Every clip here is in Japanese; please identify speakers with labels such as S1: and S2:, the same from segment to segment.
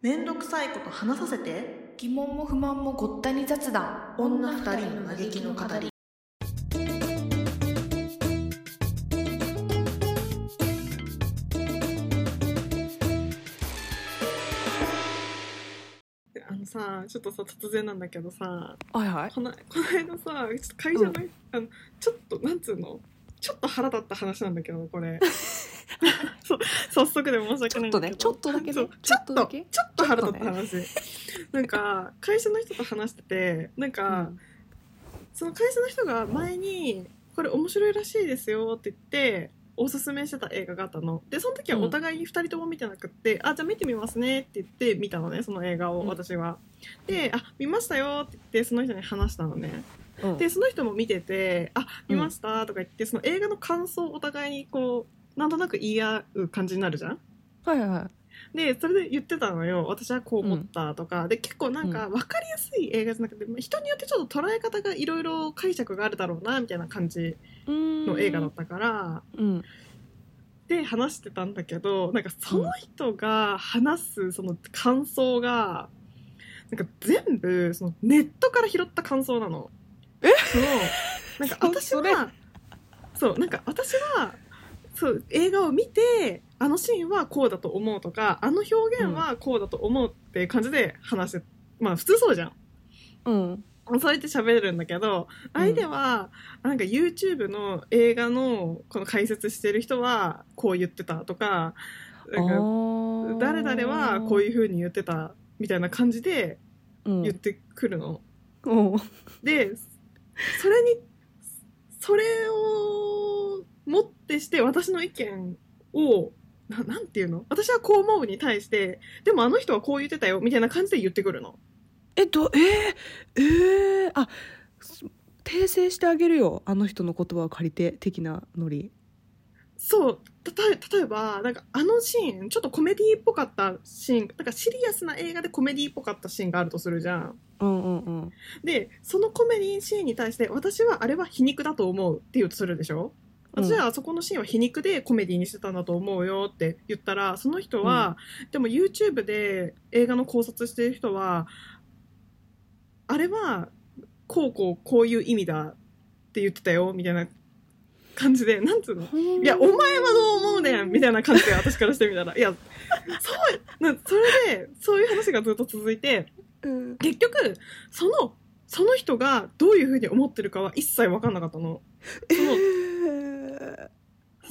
S1: めんどくさいこと話させて
S2: 疑問も不満もごったに雑談
S1: 女二人の嘆きの語りあのさちょっとさ突然なんだけどさ
S2: はいはい
S1: このこの間さちょっと会社の,、あのちょっとなんつうのちょっと腹立った話なんだけどこ れそう早速で申し
S2: ち
S1: 訳
S2: ょ
S1: な
S2: っ
S1: いんだ
S2: と
S1: け
S2: ね
S1: ど
S2: ちょっとだけね
S1: そうちょっと
S2: だけ
S1: ちょっと腹立った話、なんか会社の人と話しててなん
S2: う
S1: か、
S2: ん
S1: その会社の人が前に「これ面白いらしいですよ」って言っておすすめしてた映画があったのでその時はお互いに2人とも見てなくって「あじゃあ見てみますね」って言って見たのねその映画を
S2: うん
S1: 私は。で「あ見ましたよ」って言ってその人に話したのね。
S2: うん
S1: でその人も見てて「あ見ました」とか言ってその映画の感想をお互いにこうなんとなく言い合う感じになるじゃん
S2: はいはいはい
S1: でそれで言ってたのよ私はこう思ったとか、で結構なんか分かりやすい映画じゃなくて、まあ人によってちょっと捉え方がいろいろ解釈があるだろうなみたいな感じの映画だったから、
S2: うん
S1: で話してたんだけどなんかその人が話すその感想が、なんか全部そのネットから拾った感想なの。えそのなんか私
S2: それ
S1: はそうなんか私はそう映画を見てあのシーンはこうだと思うとかあの表現はこうだと思うっていう感じで話して、まあ普通そうじゃん。
S2: うん
S1: そうやって喋るんだけど相手は、なんか YouTube の映画のこの解説してる人はこう言ってたとかなんか誰々はこういう風に言ってたみたいな感じで
S2: うん
S1: 言ってくるの。
S2: うん
S1: でそれにそれをもってして私の意見をななんていうの私はこう思うに対してでもあの人はこう言ってたよみたいな感じで言ってくるの。
S2: えどえー、えー、あす訂正してあげるよあの人の言葉を借りて的なノリ
S1: そうたた例えばなんかあのシーンちょっとコメディっぽかったシーンなんかシリアスな映画でコメディっぽかったシーンがあるとするじゃん。
S2: うんうんうん
S1: でそのコメディシーンに対して私はあれは皮肉だと思うって言うとするでしょ
S2: うん
S1: 私はあそこのシーンは皮肉でコメディにしてたんだと思うよって言ったらその人は、でも YouTube で映画の考察してる人はあれはこうこうこういう意味だって言ってたよみたいな感じでなんつうのいや、お前はどう思うねんみたいな感じで私からしてみたら。いや、そう、なそれで、そういう話がずっと続いて、
S2: うん
S1: 結局、その、その人がどういうふうに思ってるかは一切分かんなかったの。
S2: え
S1: その
S2: ー、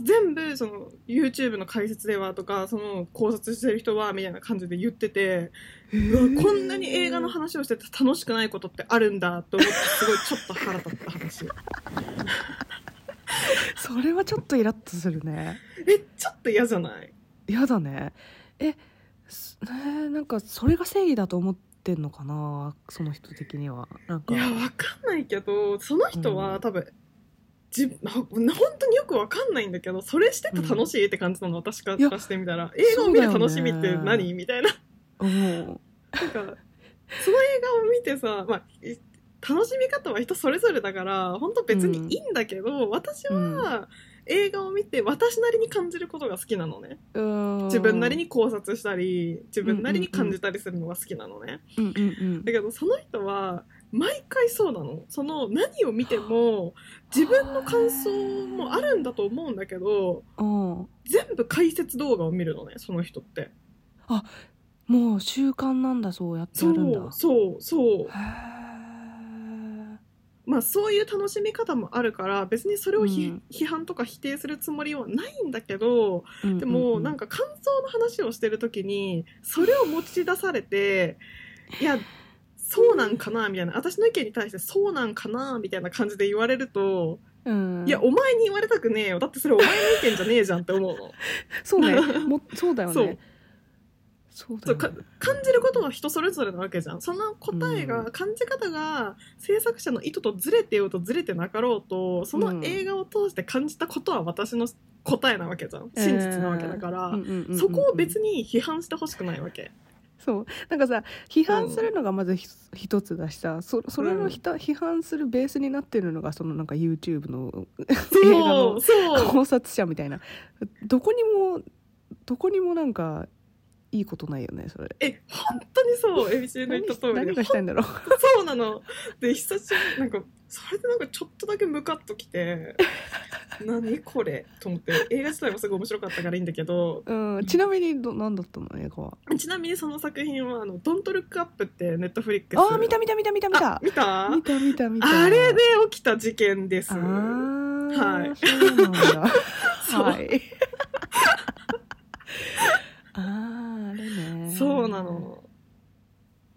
S1: 全部、その、YouTube の解説ではとか、その、考察してる人は、みたいな感じで言ってて、うわこんなに映画の話をしてて楽しくないことってあるんだ、と思って、すごいちょっと腹立った話。
S2: それはちょっとイラッとするね
S1: え、ちょっと嫌じゃない
S2: やだねえすねえなんかそれが正義だと思ってんのかなその人的にはなん
S1: い
S2: か
S1: や、わかんないけど、その人
S2: う
S1: は
S2: ん
S1: 多分、じな本当によくわかんないんだけど、それしてて楽しいって感じなの、私か
S2: いや
S1: らしてみたら。映画を見る
S2: そうだよね
S1: 楽しみって何、みたいな。
S2: う
S1: な
S2: ん
S1: んか、その映画を見てさ、まあ、い楽しみ方は人それぞれだから、本当別にいいんだけど、私は映画を見て私なりに感じることが好きなのね。
S2: うん
S1: 自分なりに考察したり、自分なりに感じたりするのが好きなのね。
S2: うんうんうん
S1: だけどその人は毎回そうなのその何を見ても自分の感想もあるんだと思うんだけど
S2: うん
S1: 全部解説動画を見るのねその人って
S2: もう習慣なんだそうやって
S1: そ
S2: やるんだ
S1: うそうそう
S2: へー
S1: まあそういう楽しみ方もあるから別にそれをひ、
S2: うん
S1: 批判とか否定するつもりはないんだけどでもなん
S2: か
S1: か感想の話をしてる時にそれを持ち出されていやそうなんかなみたいな私の意見に対してそうなんかなみたいな感じで言われるといや、お前に言われたくねえよ。だってそれお前の意見じゃねえじゃんって思う の。
S2: そうねもそうだよ
S1: そう
S2: ねそうだ
S1: そう
S2: よ
S1: か
S2: ね
S1: 感じることは人それぞれなわけじゃん。その答えが、感じ方が制作者の意図とずれてようとずれてなかろうと、その映画を通して感じたことは私の答えなわけじゃん。真実なわけだから。
S2: うんうんうんうん
S1: そこを別に批判してほしくないわ け。
S2: そうなんかさ批判するのがまずひ一つだしさそそれのひた、批判するベースになってるのがそのなんか YouTube の映画
S1: そ
S2: の
S1: う、そう。
S2: 考察者みたいなどこにもどこにもなんかいいことないよねそれ
S1: え本当にそうエビシエの言っ
S2: 何
S1: た
S2: し
S1: 通り
S2: 何
S1: で
S2: がしたいんだろう
S1: そうなので久しぶりなんかそれでなんかちょっとだけムカッときて 何これと思って映画自体もすごい面白かったからいいんだけど
S2: うんちなみにど何だったの映画は
S1: ちなみにその作品は「あのドントルックアップってネットフリックス
S2: ああ見た見た見た見た見た
S1: 見た
S2: 見た見た見た
S1: あれで起きた事件です
S2: あー
S1: はい
S2: そうなんだ
S1: そう
S2: はい あーあれね
S1: そうなの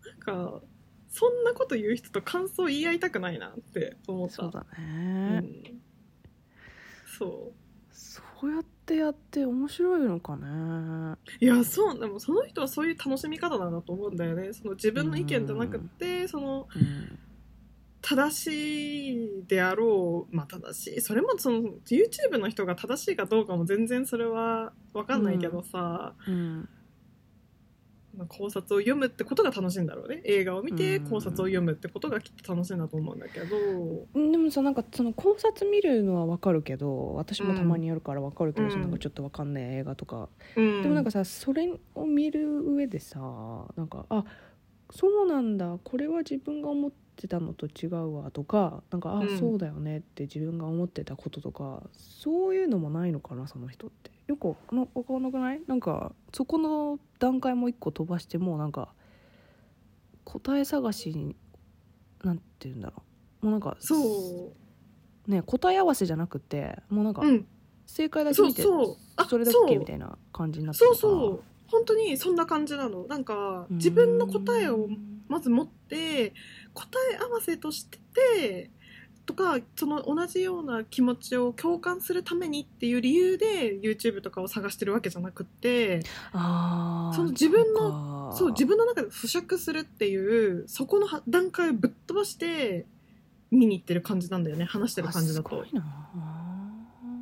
S1: なんかそんなこと言う人と感想言い合いたくないなって思った
S2: そうだ
S1: う
S2: ね、
S1: んそう
S2: そうやってやって面白いのか ね
S1: いやそうでもその人はそういう楽しみ方なんだと思うんだよねその自分の意見じゃなくってその
S2: うん
S1: 正しいであろうまあ正しいそれもその YouTube の人が正しいかどうかも全然それは分かんないけどさ、
S2: うん
S1: まあ考察を読むってことが楽しいんだろうね映画を見て
S2: うん
S1: 考察を読むってことがきっと楽しいんだと思うんだけど、
S2: でもさなんかその考察見るのはわかるけど私もたまにやるからわかるけど、
S1: うん
S2: そのなんかちょっとわかんない映画とか、
S1: うん、
S2: でもなんかさそれを見る上でさなんかあそうなんだこれは自分が思ってたのと違うわとかなんかあ、
S1: うん
S2: そうだよねって自分が思ってたこととかそういうのもないのかなその人ってよくの分かんなくないなんかそこの段階も一個飛ばしてもうなんか答え探しになんて言うんだろうもうなんか、
S1: そう
S2: ね、答え合わせじゃなくてもうなんか
S1: う、うん
S2: 正解だけ
S1: そう
S2: 見て
S1: そうあ
S2: それだっけみたいな感じになって
S1: そう
S2: るから
S1: そう本当にそんな感じなのなんか自分の答えをまず持って答え合わせとしててとかその同じような気持ちを共感するためにっていう理由で YouTube とかを探してるわけじゃなくって
S2: あー
S1: その自分の
S2: うか
S1: そう自分の中で咀嚼するっていうそこのは段階をぶっ飛ばして見に行ってる感じなんだよね話してる感じだ
S2: あすご
S1: と
S2: い。な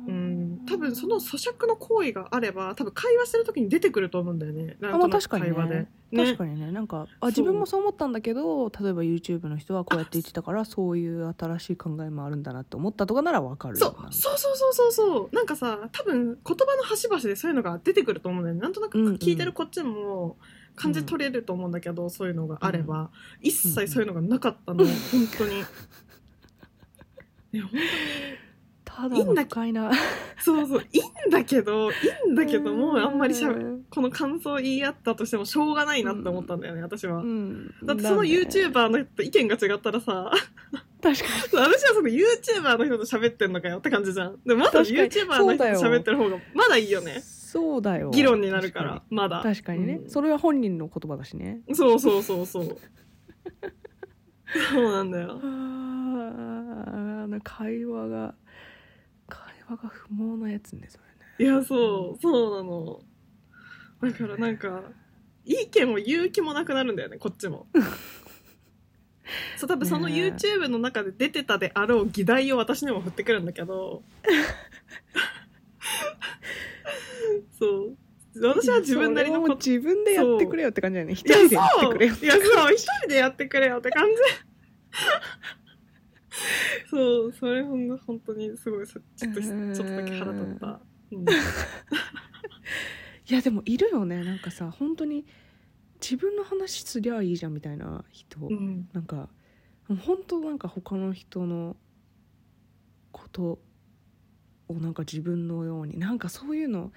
S1: うん、多分その咀嚼の行為があれば多分会話してる時に出てくると思うんだよね。なんとなく
S2: 確かにね
S1: 会話で
S2: 確かにねなんかあ
S1: そう
S2: 自分もそう思ったんだけど例えば YouTube の人はこうやって言ってたからそういう新しい考えもあるんだなって思ったとかならわかる
S1: そう
S2: よなんか
S1: そうそうそうそうそうなんかさ多分言葉の端々でそういうのが出てくると思うんだよねなんとなく
S2: うんうん
S1: 聞いてるこっちも感じ取れると思うんだけど、そういうのがあれば、一切そういうのがなかったの、本当に。ね、本当に
S2: ただ
S1: いいん
S2: の
S1: だ
S2: 不快な
S1: そうそういいんだけどいいんだけどもあんまりしゃべ
S2: る
S1: この感想を言い合ったとしてもしょうがないなって思ったんだよね、私は。だ
S2: だ
S1: ってその YouTuber の人と意見が違ったらさ、
S2: 確か
S1: 私はその YouTuber の人と喋ってんのかよって感じじゃん。でもまだ
S2: 確かに
S1: YouTuber の人と喋ってる方がまだいいよね
S2: に。そうだよ
S1: 議論になるから、まだ。
S2: 確かに確かにね、
S1: うん
S2: それは本人の言葉だしね
S1: そうそうそうそう。そうなんだよ
S2: あ。ーあの会話が会話が不毛なやつねそれね
S1: いや、そう、そうなの。だからなんか、いい意見を言う気もなくなるんだよね、こっちも。そう、多分その
S2: ねえ
S1: YouTube の中で出てたであろう議題を私にも振ってくるんだけ ど。そう。私は自分なりの
S2: それはもう
S1: こ
S2: 自分でやってくれよって感じだよね一
S1: いや、
S2: 人でやって
S1: そう。
S2: くれよ
S1: いや、そう、一人でやってくれよって感じ。 そう、それほんの本当にすごい、そちょっと、
S2: う
S1: ちょ
S2: ー
S1: っ
S2: ん
S1: とだけ腹立った。うん、
S2: いやでもいるよねなんかさ本当に自分の話すりゃいいじゃんみたいな人、
S1: うん、
S2: なんかもう本当なんか他の人のことをなんか自分のようになんかそういうの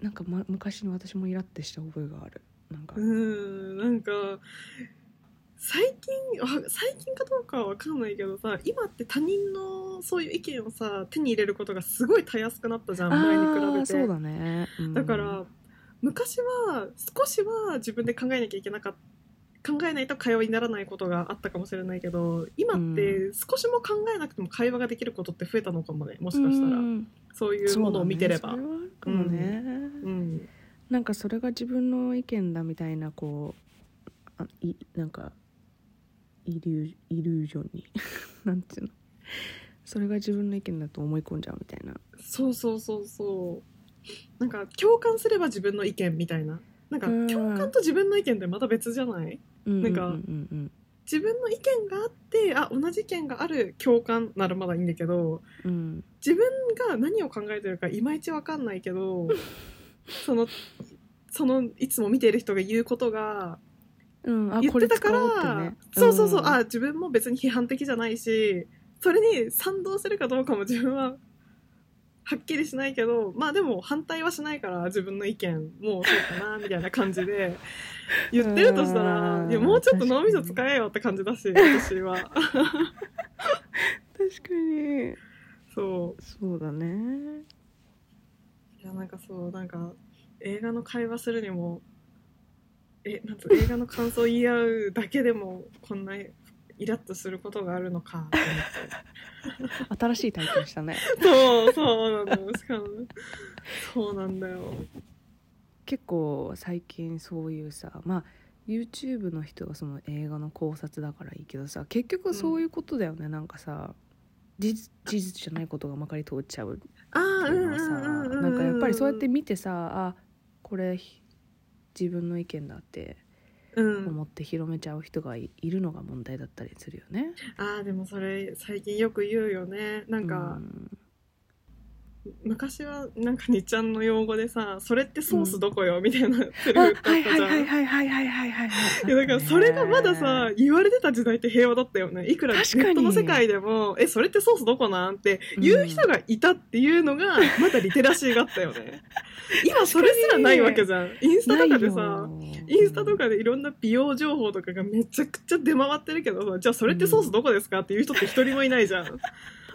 S2: なんか、ま、昔に私もイラってした覚えがあるなんか、
S1: うーんなんか、最近、わ最近かどうかはわかんないけどさ、今って他人のそういう意見をさ、手に入れることがすごいたやすくなったじゃん、前に比べ
S2: あー
S1: て。
S2: そうだね、うん
S1: だから昔は少しは自分で考えなきゃいけなかった。考えないと会話にならないことがあったかもしれないけど今って少しも考えなくても会話ができることって増えたのかもねもしかしたら、
S2: うん
S1: そういうものを見てれば
S2: そうだねそれはあるかもね、
S1: うん
S2: なんかそれが自分の意見だみたいなこうあいなんかイリューイリュージョンに なんていうのそれが自分の意見だと思い込んじゃうみたいな
S1: そうそうそうそうなんか共感すれば自分の意見みたいななんか
S2: うん
S1: 共感と自分の意見ってまた別じゃないなんか
S2: うんうんうん
S1: 自分の意見があってあ同じ意見がある共感ならまだいいんだけど
S2: うんうん
S1: 自分が何を考えてるかいまいちわかんないけどそのそのいつも見ている人が言うことが
S2: うん、あ
S1: 言
S2: こ
S1: っ
S2: れ
S1: て
S2: 使
S1: たから
S2: おうってね
S1: そうそうそう、
S2: ん
S1: あ自分も別に批判的じゃないしそれに 賛同するかどうかも自分ははっきりしないけどまあでも反対はしないから自分の意見もうそうかなみたいな感じ で言ってるとした
S2: う
S1: ら
S2: ん
S1: いやもうちょっと脳みそ
S2: 確か
S1: 使えよって感じだし私は
S2: 確かに
S1: そ
S2: そうだね
S1: ういやなんかそうなんか映画の会話するにもえなんつう映画の感想言い合うだけでもこんなイラッとすることがあるのかと思って。
S2: 新しい体験したね
S1: そう、そうなの。しかも、そうなんだよ。
S2: 結構最近そういうさまあ YouTube の人がその映画の考察だからいいけどさ結局そういうことだよね、なんかさ事実事実じゃないことがまかり通っちゃう
S1: あ
S2: っ
S1: あ、
S2: て
S1: う
S2: いうんのはさ
S1: うんうん。
S2: なんかやっぱりそうやって、見てさあこれひ自分の意見だって
S1: うん。
S2: 思って広めちゃう人がいいるのが問題だったりするよね。
S1: ああ、でもそれ、最近よく言うよね。なんか、
S2: うん
S1: 昔は、なんか、にちゃんの用語でさ、それってソースどこよ、みたいなセリフ
S2: あ
S1: だっ
S2: はい
S1: た
S2: はい
S1: じゃ
S2: はい
S1: ん。
S2: はいはいはいはいはい
S1: いやだからそれがまださ
S2: ね
S1: 言われてた時代って平和だったよねいくらネ
S2: 確かに
S1: ットの世界でも「えそれってソースどこなん?」って言う人がいたっていうのがまだリテラシーがあったよ ね今それすらないわけじゃんインスタとかでさ
S2: ないよ
S1: インスタとかでいろんな美容情報とかがめちゃくちゃ出回ってるけどさじゃあそれってソースどこですかっていう人って一人もいないじゃん。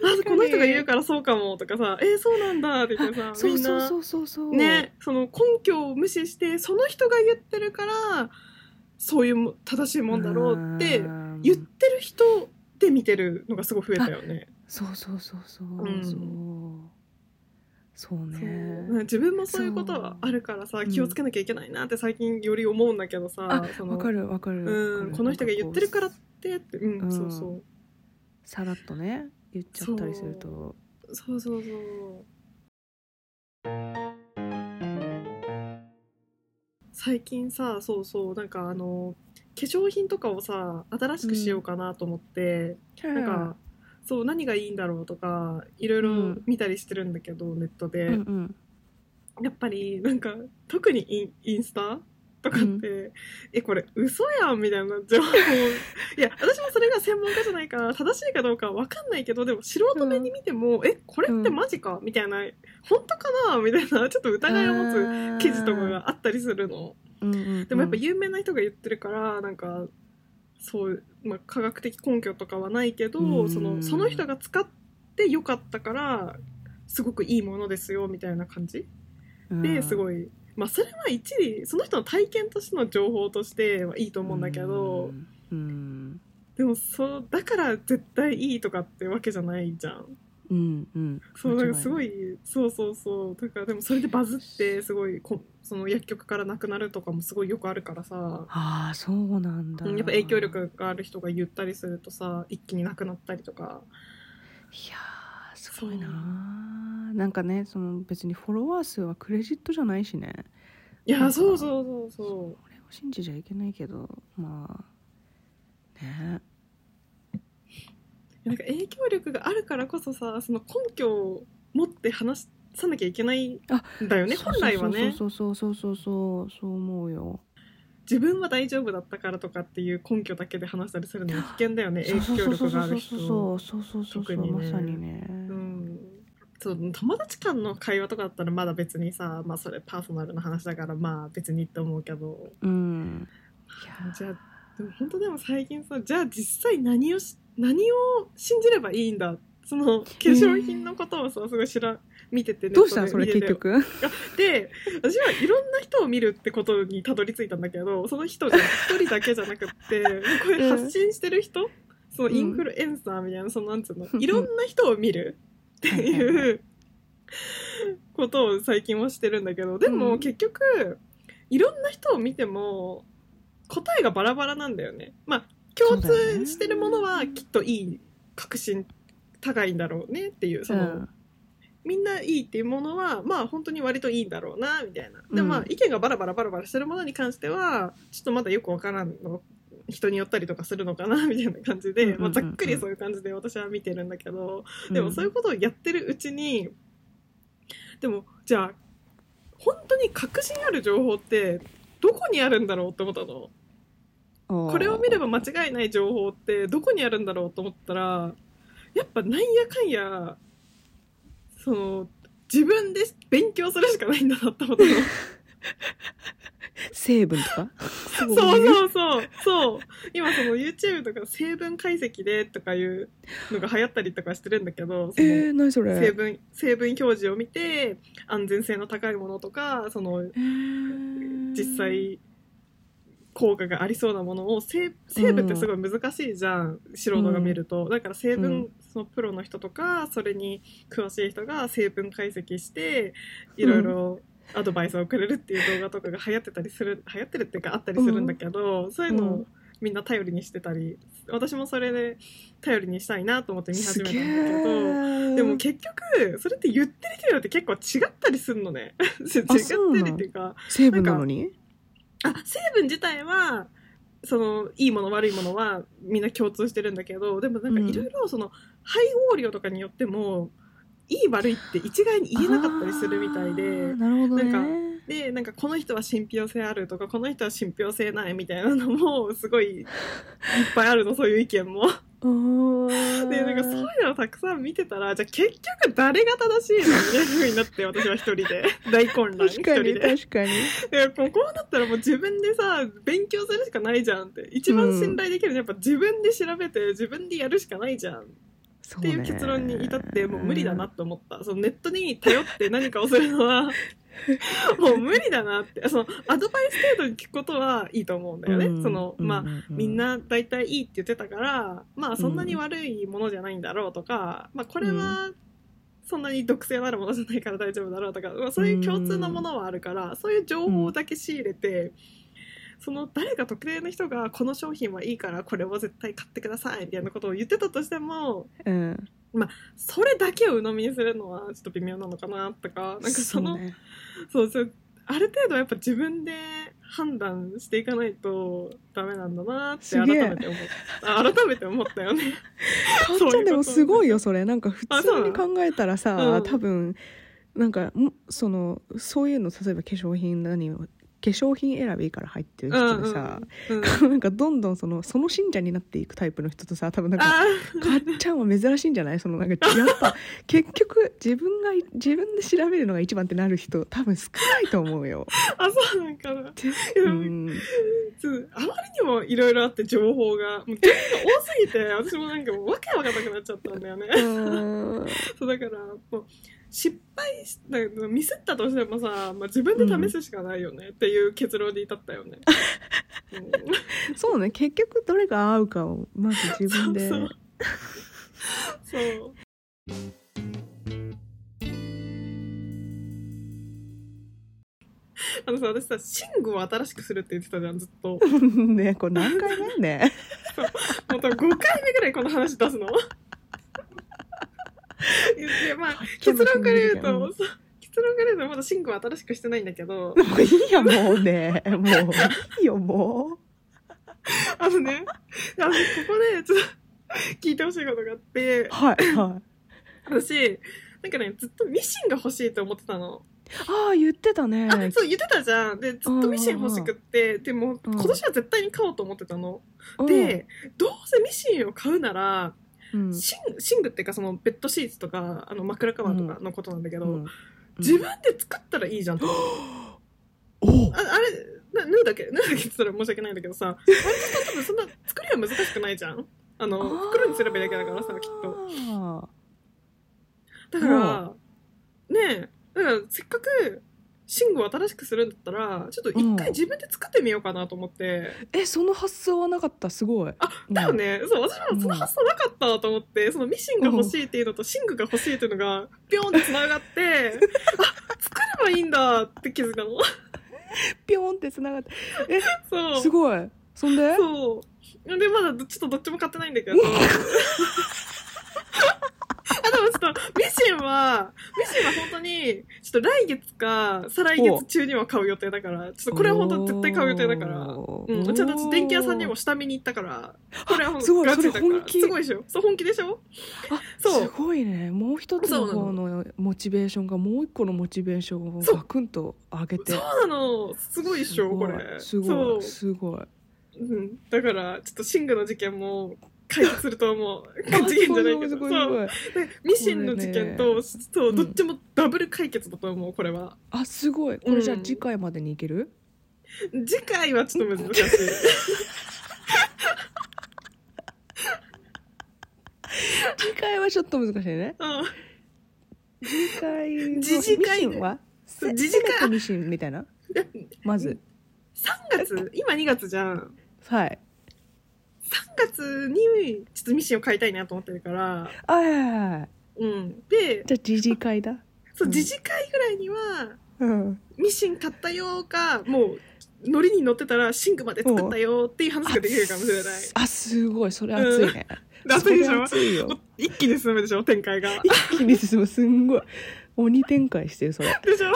S1: あこの人が言うからそうかもとかさ「えーそうなんだ」って言ってさ
S2: あそ
S1: み
S2: うんそう
S1: な
S2: そうそうそう
S1: ねその根拠を無視してその人が言ってるからそういうも正しいもんだろうって
S2: うん
S1: 言ってる人で見てるのがすごい増えたよね。
S2: そうそうそうそう
S1: うん
S2: そうそうね
S1: そう自分もそういうことはあるからさ気をつけなきゃいけないなって最近より思うんだけどさ
S2: あ
S1: その
S2: わかるわかるわ
S1: う
S2: か
S1: ん、
S2: る
S1: この人が言ってるからっ
S2: なんかこ
S1: てって、うん
S2: うん
S1: そうそう
S2: うさらっとね言っちゃったりすると
S1: そうそうそう最近さそうそうなんかあの化粧品とかをさ新しくしようかなと思って、
S2: な
S1: なんかそう何がいいんだろうとかいろいろ
S2: うん
S1: 見たりしてるんだけど、ネットで、
S2: うんうん
S1: やっぱりなんか特にインインスタとかって、えこれ嘘やんみたいな 情報いや私もそれが専門家じゃないから正しいかどうかは分かんないけどでも素人目に見ても、えこれってマジかみたいな本当かなみたいなちょっと疑いを持つ
S2: つ
S1: 記事とかがあったりするの。でもやっぱ有名な人が言ってるからなんかそう、まあ、科学的根拠とかはないけど、
S2: うん
S1: そのその人が使ってよかったからすごくいいものですよみたいな感じです
S2: い
S1: ごい、まあ、それは一理その人の体験としての情報としてはいいと思うんだけど、
S2: うん
S1: でもそうだから絶対いいとかってわけじゃないじゃん。
S2: うんうん
S1: そうな
S2: 間違い
S1: ん
S2: ない
S1: かすごいそうそうそうだからでもそれでバズってすごいこその薬局からなくなるとかもすごいよくあるからさ。
S2: ああそうなんだ
S1: うんやっぱ影響力がある人が言ったりするとさ一気になくなったりとか
S2: いやーすごいなーなんかねその別にフォロワー数はクレジットじゃないしね
S1: い
S2: なん
S1: や
S2: か
S1: そうそうそうそ
S2: これを信じちゃいけないけどまあね
S1: うなんか影響力があるからこそさその根拠を持って話さなきゃいけないん
S2: あ
S1: だよね
S2: そう
S1: 本来はね
S2: そうそうそうそうそうそうそう思うよ
S1: 自分は大丈夫だったからとかっていう根拠だけで話したりするのも危険だよね
S2: そう
S1: 影響力がある
S2: そ
S1: 人
S2: うそうそうそうそうそ
S1: 特
S2: うそう
S1: に
S2: ま
S1: ね
S2: さにね、
S1: うんそう友達間の会話とかだったらまだ別にさまあそれパーソナルの話だからまあ別にって思うけど
S2: うんいやー
S1: じゃあでも本当でも最近さじゃあ実際何をし何を信じればいいんだその化粧品のことをさ、すごい知ら見てて
S2: どうしたそれ
S1: ネット
S2: 結
S1: で
S2: 局
S1: で私はいろんな人を見るってことにたどり着いたんだけどその人じゃ一人だけじゃなくってこれ発信してる人、そのインフルエンサーみたいなそのなんつうの
S2: うん
S1: いろんな人を見るっていうことを最近はしてるんだけどで
S2: う
S1: も
S2: ん
S1: 結局、いろんな人を見ても答えがバラバラなんだよね。まあ共
S2: そうだよね
S1: 通してるものはきっといい確信高いんだろうねっていうその、
S2: うん
S1: みんないいっていうものはまあ本当に割といいんだろうなみたいなで
S2: うん
S1: まあ意見がバラバラバラバラしてるものに関してはちょっとまだよくわからんの人によったりとかするのかなみたいな感じ
S2: うんうん
S1: で、
S2: うん
S1: まあ、ざっくりそういう感じで私は見てるんだけど、
S2: うん
S1: でもそういうことをやってるうちにでもじゃあ本当に確信ある情報ってどこにあるんだろうって思ったの
S2: こ
S1: これを見れば間違いない情報ってどこにあるんだろうと思ったらやっぱなんやかんやその自分で勉強するしかないんだなって思 ったの。
S2: 成分とか
S1: そうそうそうそう今その YouTube とか成分解析でとかいうのが流行ったりとかしてるんだけどその
S2: えー、何それ
S1: 成分成分表示を見て安全性の高いものとかその
S2: えー
S1: 実際効果がありそうなものを成成分ってすごい難しいじゃん、素人が見ると、だから成分、
S2: うん
S1: そのプロの人とかそれに詳しい人が成分解析していろいろアドバイスをくれるっていう動画とかが流行ってたりする流行ってるっていうかあったりするんだけど、そういうの
S2: う
S1: を
S2: ん
S1: みんな頼りにしてたり私もそれで頼りにしたいなと思って見始
S2: す
S1: めた
S2: げ
S1: んだけど。
S2: ー
S1: でも結局それって言ってる企業って結構違ったりするのね 違って
S2: そうなの
S1: るっていうか
S2: 成分なのに
S1: あ成分自体はそのいいもの悪いものはみんな共通してるんだけどでもなんか
S2: うん
S1: いろいろその、配合量とかによってもいい悪いって一概に言えなかったりするみたい
S2: あ
S1: で
S2: ー。なるほどね
S1: なでなんかこの人は信憑性あるとかこの人は信憑性ないみたいなのもすごいいっぱいあるのそういう意見も。で
S2: で
S1: なんかそういうのをたくさん見てたらじゃあ結局誰が正しいのみたいな風になって私は一人 で大混乱一
S2: 確か
S1: 人
S2: に
S1: で
S2: 確かに
S1: でもうこうなったらもう自分でさ勉強するしかないじゃんって一番信頼できるのはやっぱ自分で調べて自分でやるしかないじゃん
S2: っ
S1: っていう結論に至ってもう無理だなって思ったそのネットに頼って何かをするの はもう無理だなってそのアドバイス程度に聞くことはいいと思うんだよね、そのまあみんな大体いいって言ってたからまあそんなに悪いものじゃないんだろうとか、まあこれはそんなに毒性のあるものじゃないから大丈夫だろうとか、まあ、そういう共通のものはあるから、そういう情報だけ仕入れて、その誰か特定の人がこの商品はいいからこれを絶対買ってくださいみたいなことを言ってたとしても
S2: うん
S1: それだけを鵜呑みにするのはちょっと微妙なのかなとかなんかその
S2: うね
S1: そうそうある程度やっぱ自分で判断していかないとダメなんだなって
S2: す
S1: 改
S2: げえ
S1: めて思ったあ改めて思ったよね
S2: かっちゃんでもすごいよそれなんか普
S1: あそう
S2: 通
S1: な
S2: に
S1: の
S2: 考えたらさ、
S1: うん
S2: 多分なんかんそのそういうの例えば化粧品何を化粧品選びから入ってる人でさ、
S1: うん、
S2: なんかどんどんそのその信者になっていくタイプの人とさ多分なんか
S1: あ
S2: かっちゃんは珍しいんじゃないそのなん かやっぱ結局自分が自分で調べるのが一番ってなる人多分少ないと思うよ。
S1: あそうなん かな
S2: うん、
S1: そうあまりにもいろいろあって情報がもう情報が多すぎて私もなんかもうわけわかんなくなっちゃったんだよね
S2: うん
S1: そうだからもう失敗しだからミスったとしてもさ、まあ、自分で試すしかないよねっていう結論に至ったよ ね、うん
S2: そうね結局どれが合うかをまず自分で。
S1: そうそうそうあのさ私さ寝具を新しくするって言ってたじゃんずっともう
S2: ねこれ何回目ね。
S1: 多分5回目ぐらいこの話出すのでまあ 結論から言うと、
S2: うん
S1: そう結論から言うとまだ寝具は新しくしてないんだけ ど
S2: もういいよもうねもういいよも
S1: あのねあのここでちょっと聞いてほしいことがあって
S2: うはいはい
S1: 私なんかねずっとミシンが欲しいと思ってたの。
S2: ああ言ってたね
S1: あそう言ってたじゃんでずっとミシン欲しくってでも
S2: うん
S1: 今年は絶対に買おうと思ってたの、
S2: うん
S1: でどうせミシンを買うなら、
S2: うん
S1: シン寝具っていうかそのベッドシーツとかあの枕カバーとかのことなんだけど、
S2: うん
S1: 自分で作ったらいいじゃんと思って
S2: お
S1: ああれな縫うだけ縫うだけって言ったら申し訳ないんだけどさ割とさ多分そんな作りは難しくないじゃんあの袋にすればいいだけだからさきっと
S2: と
S1: だから、ねえ、だからせっかく寝具を新しくするんだったら、ちょっと一
S2: うん
S1: 回自分で作ってみようかなと思って、
S2: えその発想はなかったすごい
S1: あだよね、そう、私もその発想なかったと思って、そのミシンが欲しいっていうのと寝具が欲しいっていうのが、ピョンって繋が って、あ、作ればいいんだって気づいたの。
S2: ピョンって繋がって
S1: そう。
S2: すごいそんで
S1: そう。で、まだどちょっとどっちも買ってないんだけど。あ、でもちょっと、ミシンは、ミシンは本当に、ちょっと来月か、再来月中には買う予定だから、ちょっとこれは本当絶対買う予定だから。
S2: お
S1: う
S2: ー
S1: ん、うちの私電気屋さんにも下見に行ったから、これは本
S2: すごい
S1: ガチだか
S2: それ
S1: ら
S2: 本気
S1: すごいでしょそう、本気でしょ
S2: あ
S1: そう
S2: すごいねもう一つの方
S1: そう
S2: のモチベーションがもう一個のモチベーションを
S1: そう
S2: ガクンと上げて
S1: そうなのすごいでしょこれ。
S2: す
S1: そ
S2: ご
S1: う
S2: いすごい
S1: うん、だからちょっとシングの事件も解決するとは もう事件
S2: あ
S1: じゃない
S2: すご
S1: け
S2: い
S1: ど
S2: す
S1: そう
S2: ごいすごい
S1: でミシンの事件、
S2: ことれ
S1: そう
S2: うん
S1: どっちもダブル解決だと思うこれは
S2: あすごいこれじゃあ
S1: うん
S2: 次回までにいける、
S1: 次回はちょっと難 しい
S2: 次回はちょっと難しいね
S1: う
S2: 次回の
S1: 次次回で
S2: ミシンは
S1: そう
S2: せ
S1: 次次回
S2: せめてミシンみた いなん
S1: で
S2: まず
S1: 3月今2月じゃん
S2: はい
S1: 3月にちょっとミシンを買いたいなと思ってるから
S2: あはいはいはい
S1: うんで
S2: じゃあ次次回だ
S1: そううん自治会ぐらいには
S2: うん
S1: ミシン買ったよかもうノリに乗ってたらシンクまで作ったよっていう話ができるかもしれない
S2: あすごいそれ熱いね、
S1: 熱いでし
S2: それ
S1: ょ
S2: 熱いよ
S1: 一気に進むでしょ展開が
S2: 一気に進むすんごい鬼展開してるそれ
S1: でしょ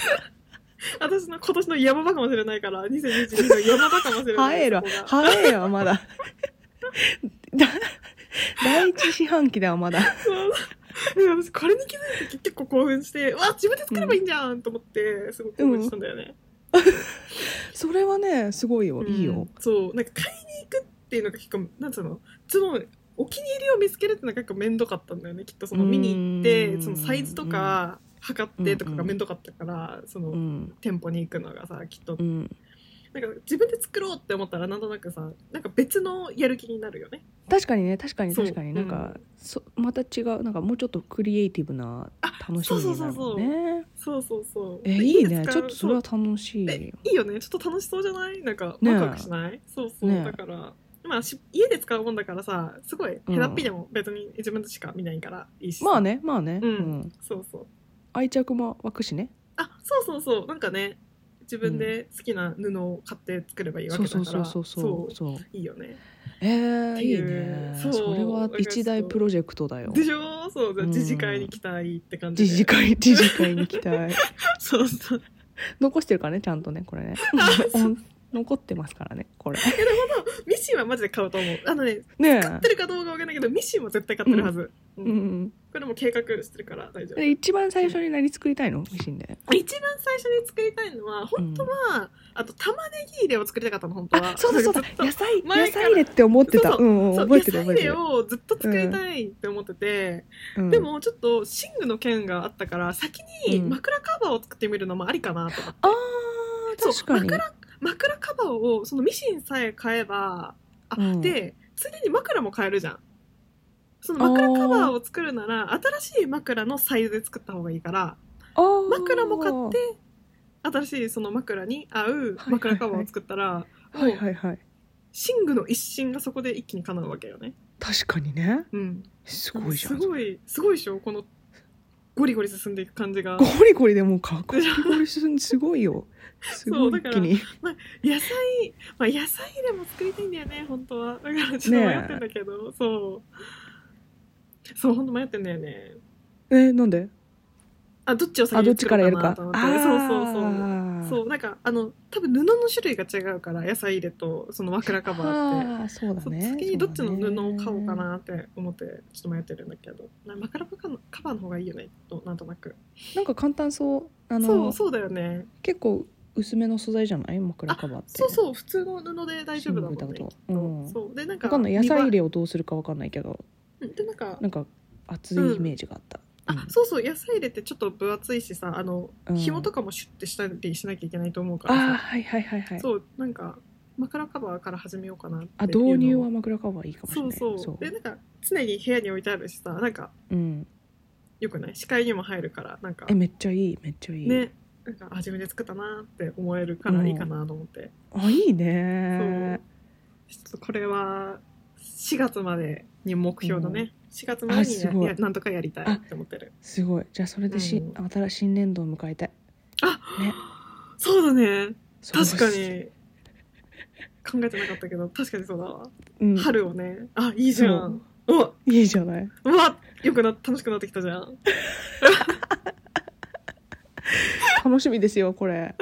S1: 私の今年の山場かもしれないから、2022の山場かもしれない。
S2: 早えわ
S1: そこが
S2: 早えわまだ だ第一四半期ではまだ
S1: そう私これに気づいて結構興奮して、うわ、自分で作ればいいんじゃんと思って、すごく興奮したんだよね。
S2: それはねすごいよ、
S1: うん
S2: いいよ。
S1: そう、なんか買いに行くっていうのが結構、なんつうの、その、お気に入りを見つけるってのが結構面倒かったんだよね。きっとその見に行っ
S2: う
S1: て、
S2: ん
S1: そのサイズとか測ってとかが面倒かったから、そうの
S2: ん
S1: 店舗に行くのがさ、きっと
S2: うん
S1: なんか自分で作ろうって思ったらなんとなくさなんか別のやる気になるよね
S2: 確かにね確かに
S1: そう
S2: 確かに
S1: うん
S2: なんか、そまた違うなんかもうちょっとクリエイティブな楽しみになるもん
S1: そう
S2: ね
S1: そうそうそう
S2: えいいね
S1: ですか
S2: ちょっとそれは
S1: う
S2: 楽しいよ
S1: いいよねちょっと楽しそうじゃないなんか
S2: ねえ
S1: ワクワクしない、そうそう、
S2: ねえ
S1: だからまあし家で使うもんだからさすごいへだっぴでも別に自分でしか見ないからいいしさ
S2: まあねまあね、
S1: うん
S2: うん
S1: そうそう
S2: 愛着も湧くしね
S1: あそうそうそうなんかね自分で好きな布を買って作ればいいわ
S2: そ
S1: け
S2: う
S1: だか
S2: そ
S1: ら
S2: うそうそうそうそう
S1: いいよね
S2: えー、
S1: て
S2: いい
S1: いう
S2: ね
S1: そ
S2: そうれは一大プロジェクトだよ
S1: でしょそう
S2: うん
S1: 自治会に来たいって感じで
S2: 自治会 自治会に行きたい
S1: そうそう
S2: 残してるからねちゃんとねこれ ねうん残ってますからねこれ
S1: ミシンはマジで買うと思うあのね
S2: ね
S1: 買ってるかどうかわかんないけどミシンも絶対買ってるはず、
S2: え、
S1: う
S2: うんん、
S1: これも計画してるから大丈夫
S2: で一番最初に何作りたいのミシンで
S1: 一番最初に作りたいのは本当は、あと玉ねぎ入れを作りたかったの本当は
S2: あそうだ そうだ
S1: ずっと
S2: 野菜野
S1: 前から
S2: 菜入れって思ってた
S1: そううん
S2: うん
S1: そう
S2: 覚えてる
S1: 野菜入
S2: 覚えて
S1: れ
S2: る、
S1: をずっと作りたいって思ってて、
S2: うん
S1: でもちょっと寝具の件があったから先に
S2: うん
S1: 枕カバーを作ってみるのもありかなと思って、
S2: あー
S1: そう
S2: 確かに
S1: 枕枕カバーをそのミシンさえ買えばあ、
S2: うん
S1: でついでに枕も買えるじゃんその枕カバーを作るなら新しい枕のサイズで作った方がいいから
S2: あー
S1: 枕も買って新しいその枕に合う枕カバーを作ったら、
S2: はい
S1: もう
S2: はいはい
S1: 寝具の一新がそこで一気に叶うわけよね。
S2: 確かにね
S1: うん、
S2: すごいじゃん
S1: すごいすごいでしょこのゴリゴリ進んでいく感じが
S2: ゴリゴリでもうかゴリゴリ進んですごいよすご
S1: そう
S2: い
S1: だ
S2: 一
S1: から
S2: 気に
S1: 野菜、まあ、野菜でも作りたいんだよね本当はだからちょっと迷ってんだけど、そうそう本当迷ってんだよね
S2: えなんで
S1: あどっちを
S2: あ
S1: 先
S2: どっ
S1: に
S2: ち
S1: 作
S2: からや
S1: ろう
S2: る
S1: かな
S2: か
S1: と思って
S2: あ
S1: そうそうそう
S2: ー
S1: そうなんかあの多分布の種類が違うから野菜入れとその枕カバーって
S2: あーそうだ
S1: そう
S2: ね
S1: 先にどっちの布を買おうか
S2: そだね
S1: なって思ってちょっと迷ってるんだけどな枕カバーのカバーの方がいいよねとなんとなく
S2: なんか簡単そうあの
S1: そうそうだよね
S2: 結構薄めの素材じゃない枕カバーって
S1: そうそう普通の布で大丈夫だもんね
S2: シングルだと
S1: きっと
S2: うん
S1: そうでなんか
S2: わかんない野菜入
S1: れ
S2: れをどうするかわかんないけど
S1: でなんか
S2: なんか厚いイメージがあった、うん
S1: あそうそう野菜入れってちょっと分厚いしさあの、
S2: うん
S1: 紐とかもシュッてしたりしなきゃいけないと思うか
S2: あー
S1: らさ
S2: はいはいはいはい
S1: そうなんか枕カバーから始めようかなっていう
S2: あ
S1: のを
S2: 導入は枕カバーいいかもしれ
S1: そ
S2: な
S1: う
S2: い
S1: そうでなんか常に部屋に置いてあるしさなんか
S2: うん、
S1: よくない視界にも入るからなんか
S2: えめっちゃいいめっちゃいい、
S1: ねなんかあ自分で作ったなって思えるからいいかなと思って、
S2: あいいね
S1: ちょっとこれは4月までに目標だね、4月ま
S2: あ
S1: ですに
S2: ごい
S1: ややなんとかやりたいって思ってる
S2: すごいじゃあそれでし、
S1: う
S2: 新しい新年度を迎えたい
S1: あ、
S2: ね
S1: そうだね
S2: そう
S1: 確かに考えてなかったけど確かにそうだわ、
S2: うん
S1: 春をねあいいじゃんうわ
S2: いいじゃないう
S1: わよくな楽しくなってきたじゃんうん
S2: 楽しみですよこれ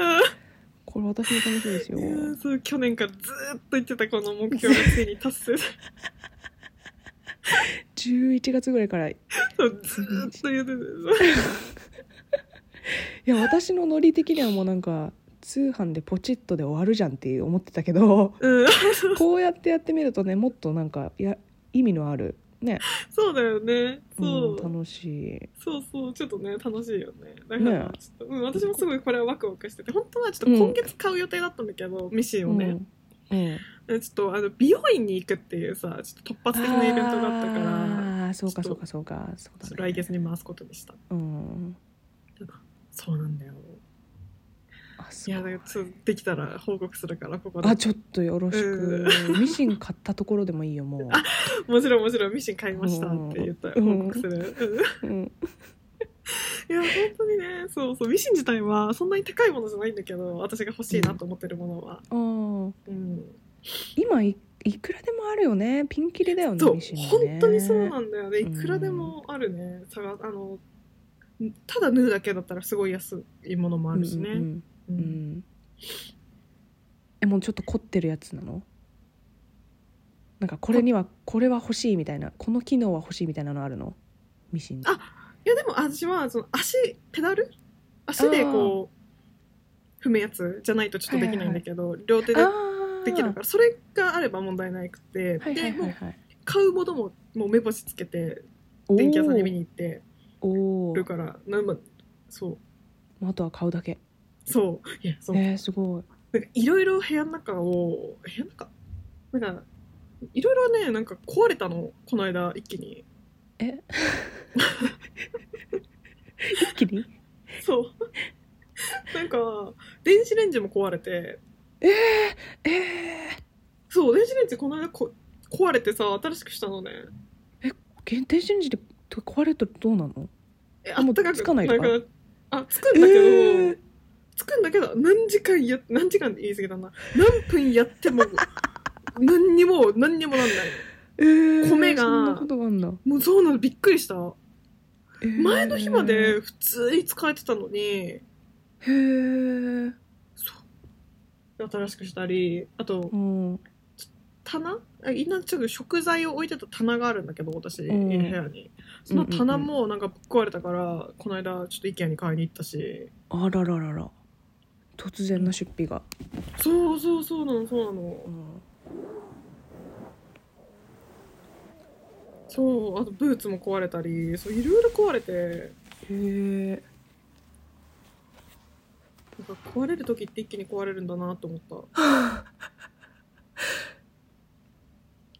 S2: これ私も楽しみですよ
S1: いやーそう去年からずーっと言ってたこの目標がついに達成さ
S2: 11月ぐらいから
S1: れ
S2: い
S1: たずーっと言って
S2: や私のノリ的にはもうなんか通販でポチッとで終わるじゃんって思ってたけ ど
S1: たうん
S2: こうやってやってみるとねもっとなんかいや意味のあるね、
S1: そうだよねそう、
S2: うん、楽しい
S1: そうそうちょっとね楽しいよねだから
S2: ね
S1: ちょっと、うん、私もすごいこれはワクワクしてて本当はちょっと今月買う予定だったんだけど、ミシンをね、
S2: うんうん
S1: でちょっとあの美容院に行くっていうさちょっと突発的なイベントがあったから
S2: あーそうか
S1: ち
S2: そ
S1: ょっ
S2: う
S1: と
S2: かそうかそうだ、
S1: ちょっと
S2: ね、
S1: 来月に回すことにした
S2: うん
S1: そうなんだよ
S2: あ
S1: い
S2: そ
S1: やだから
S2: う
S1: ちょっとできたら報告するからここで
S2: あちょっとよろしく、ミシン買ったところでもいいよもう
S1: もちろんもちろんミシン買いましたって言ったら
S2: うん
S1: 報告する、うん
S2: うん
S1: いや本当にねそうそうミシン自体はそんなに高いものじゃないんだけど私が欲しいなと思ってるものは、
S2: あー
S1: うん、
S2: 今いいくらでもあるよねピンキリだよね
S1: そう
S2: ミシンもね
S1: 本当にそうなんだよねい
S2: うん
S1: くらでもあるね、さがあのただ縫うだけだったらすごい安いものもあるしね、
S2: うんうん
S1: う
S2: うんうんんえもうちょっと凝ってるやつなのなんかこれにはこれは欲しいみたいなこの機能は欲しいみたいなのあるのミシンに
S1: あいやでも私はその足ペダル足でこう踏むやつじゃないとちょっとできないんだけど、両手で
S2: あー
S1: できるからそれがあれば問題なくて、
S2: はいはい
S1: で
S2: は
S1: も
S2: いうはい
S1: 買うものももう目星つけて電気屋さんに見に行って
S2: おーお
S1: る
S2: ー
S1: からなんまそう
S2: もうあとは買うだけ
S1: そういやそう、
S2: えー、すごい
S1: なんかいろいろ部屋の中を部屋の中なんかいろいろねなんか壊れたのこの間一気に
S2: え一気に
S1: そう なんか電子レンジも壊れて
S2: えー、え
S1: そう電子レンジこの間こ壊れてさ新しくしたのね
S2: ー、電子レンジで壊れたらどうなの
S1: え
S2: あもう
S1: った
S2: つかないのか
S1: んかあつくんだけど、
S2: えー
S1: つくんだけど何時間や何時間って言い過ぎたな何分やって も何にも何にもなんない
S2: えー、
S1: 米が
S2: そんなことがあんだ、
S1: もうそうなのびっくりした
S2: えー
S1: 前の日まで普通に使えてたのに
S2: へえ
S1: そう新しくしたりあと
S2: うん
S1: 棚あ今ちょっと食材を置いてた棚があるんだけど私、
S2: ん
S1: 家部屋にその棚もなんかぶっ壊れたから、この間ちょっと IKEA に買いに行ったし
S2: あらららら突然の出費が、
S1: そうそうそうなのそうなの
S2: うん
S1: そうあとブーツも壊れたりそういろいろ壊れて
S2: へえ
S1: なんか壊れる時って一気に壊れるんだなと思った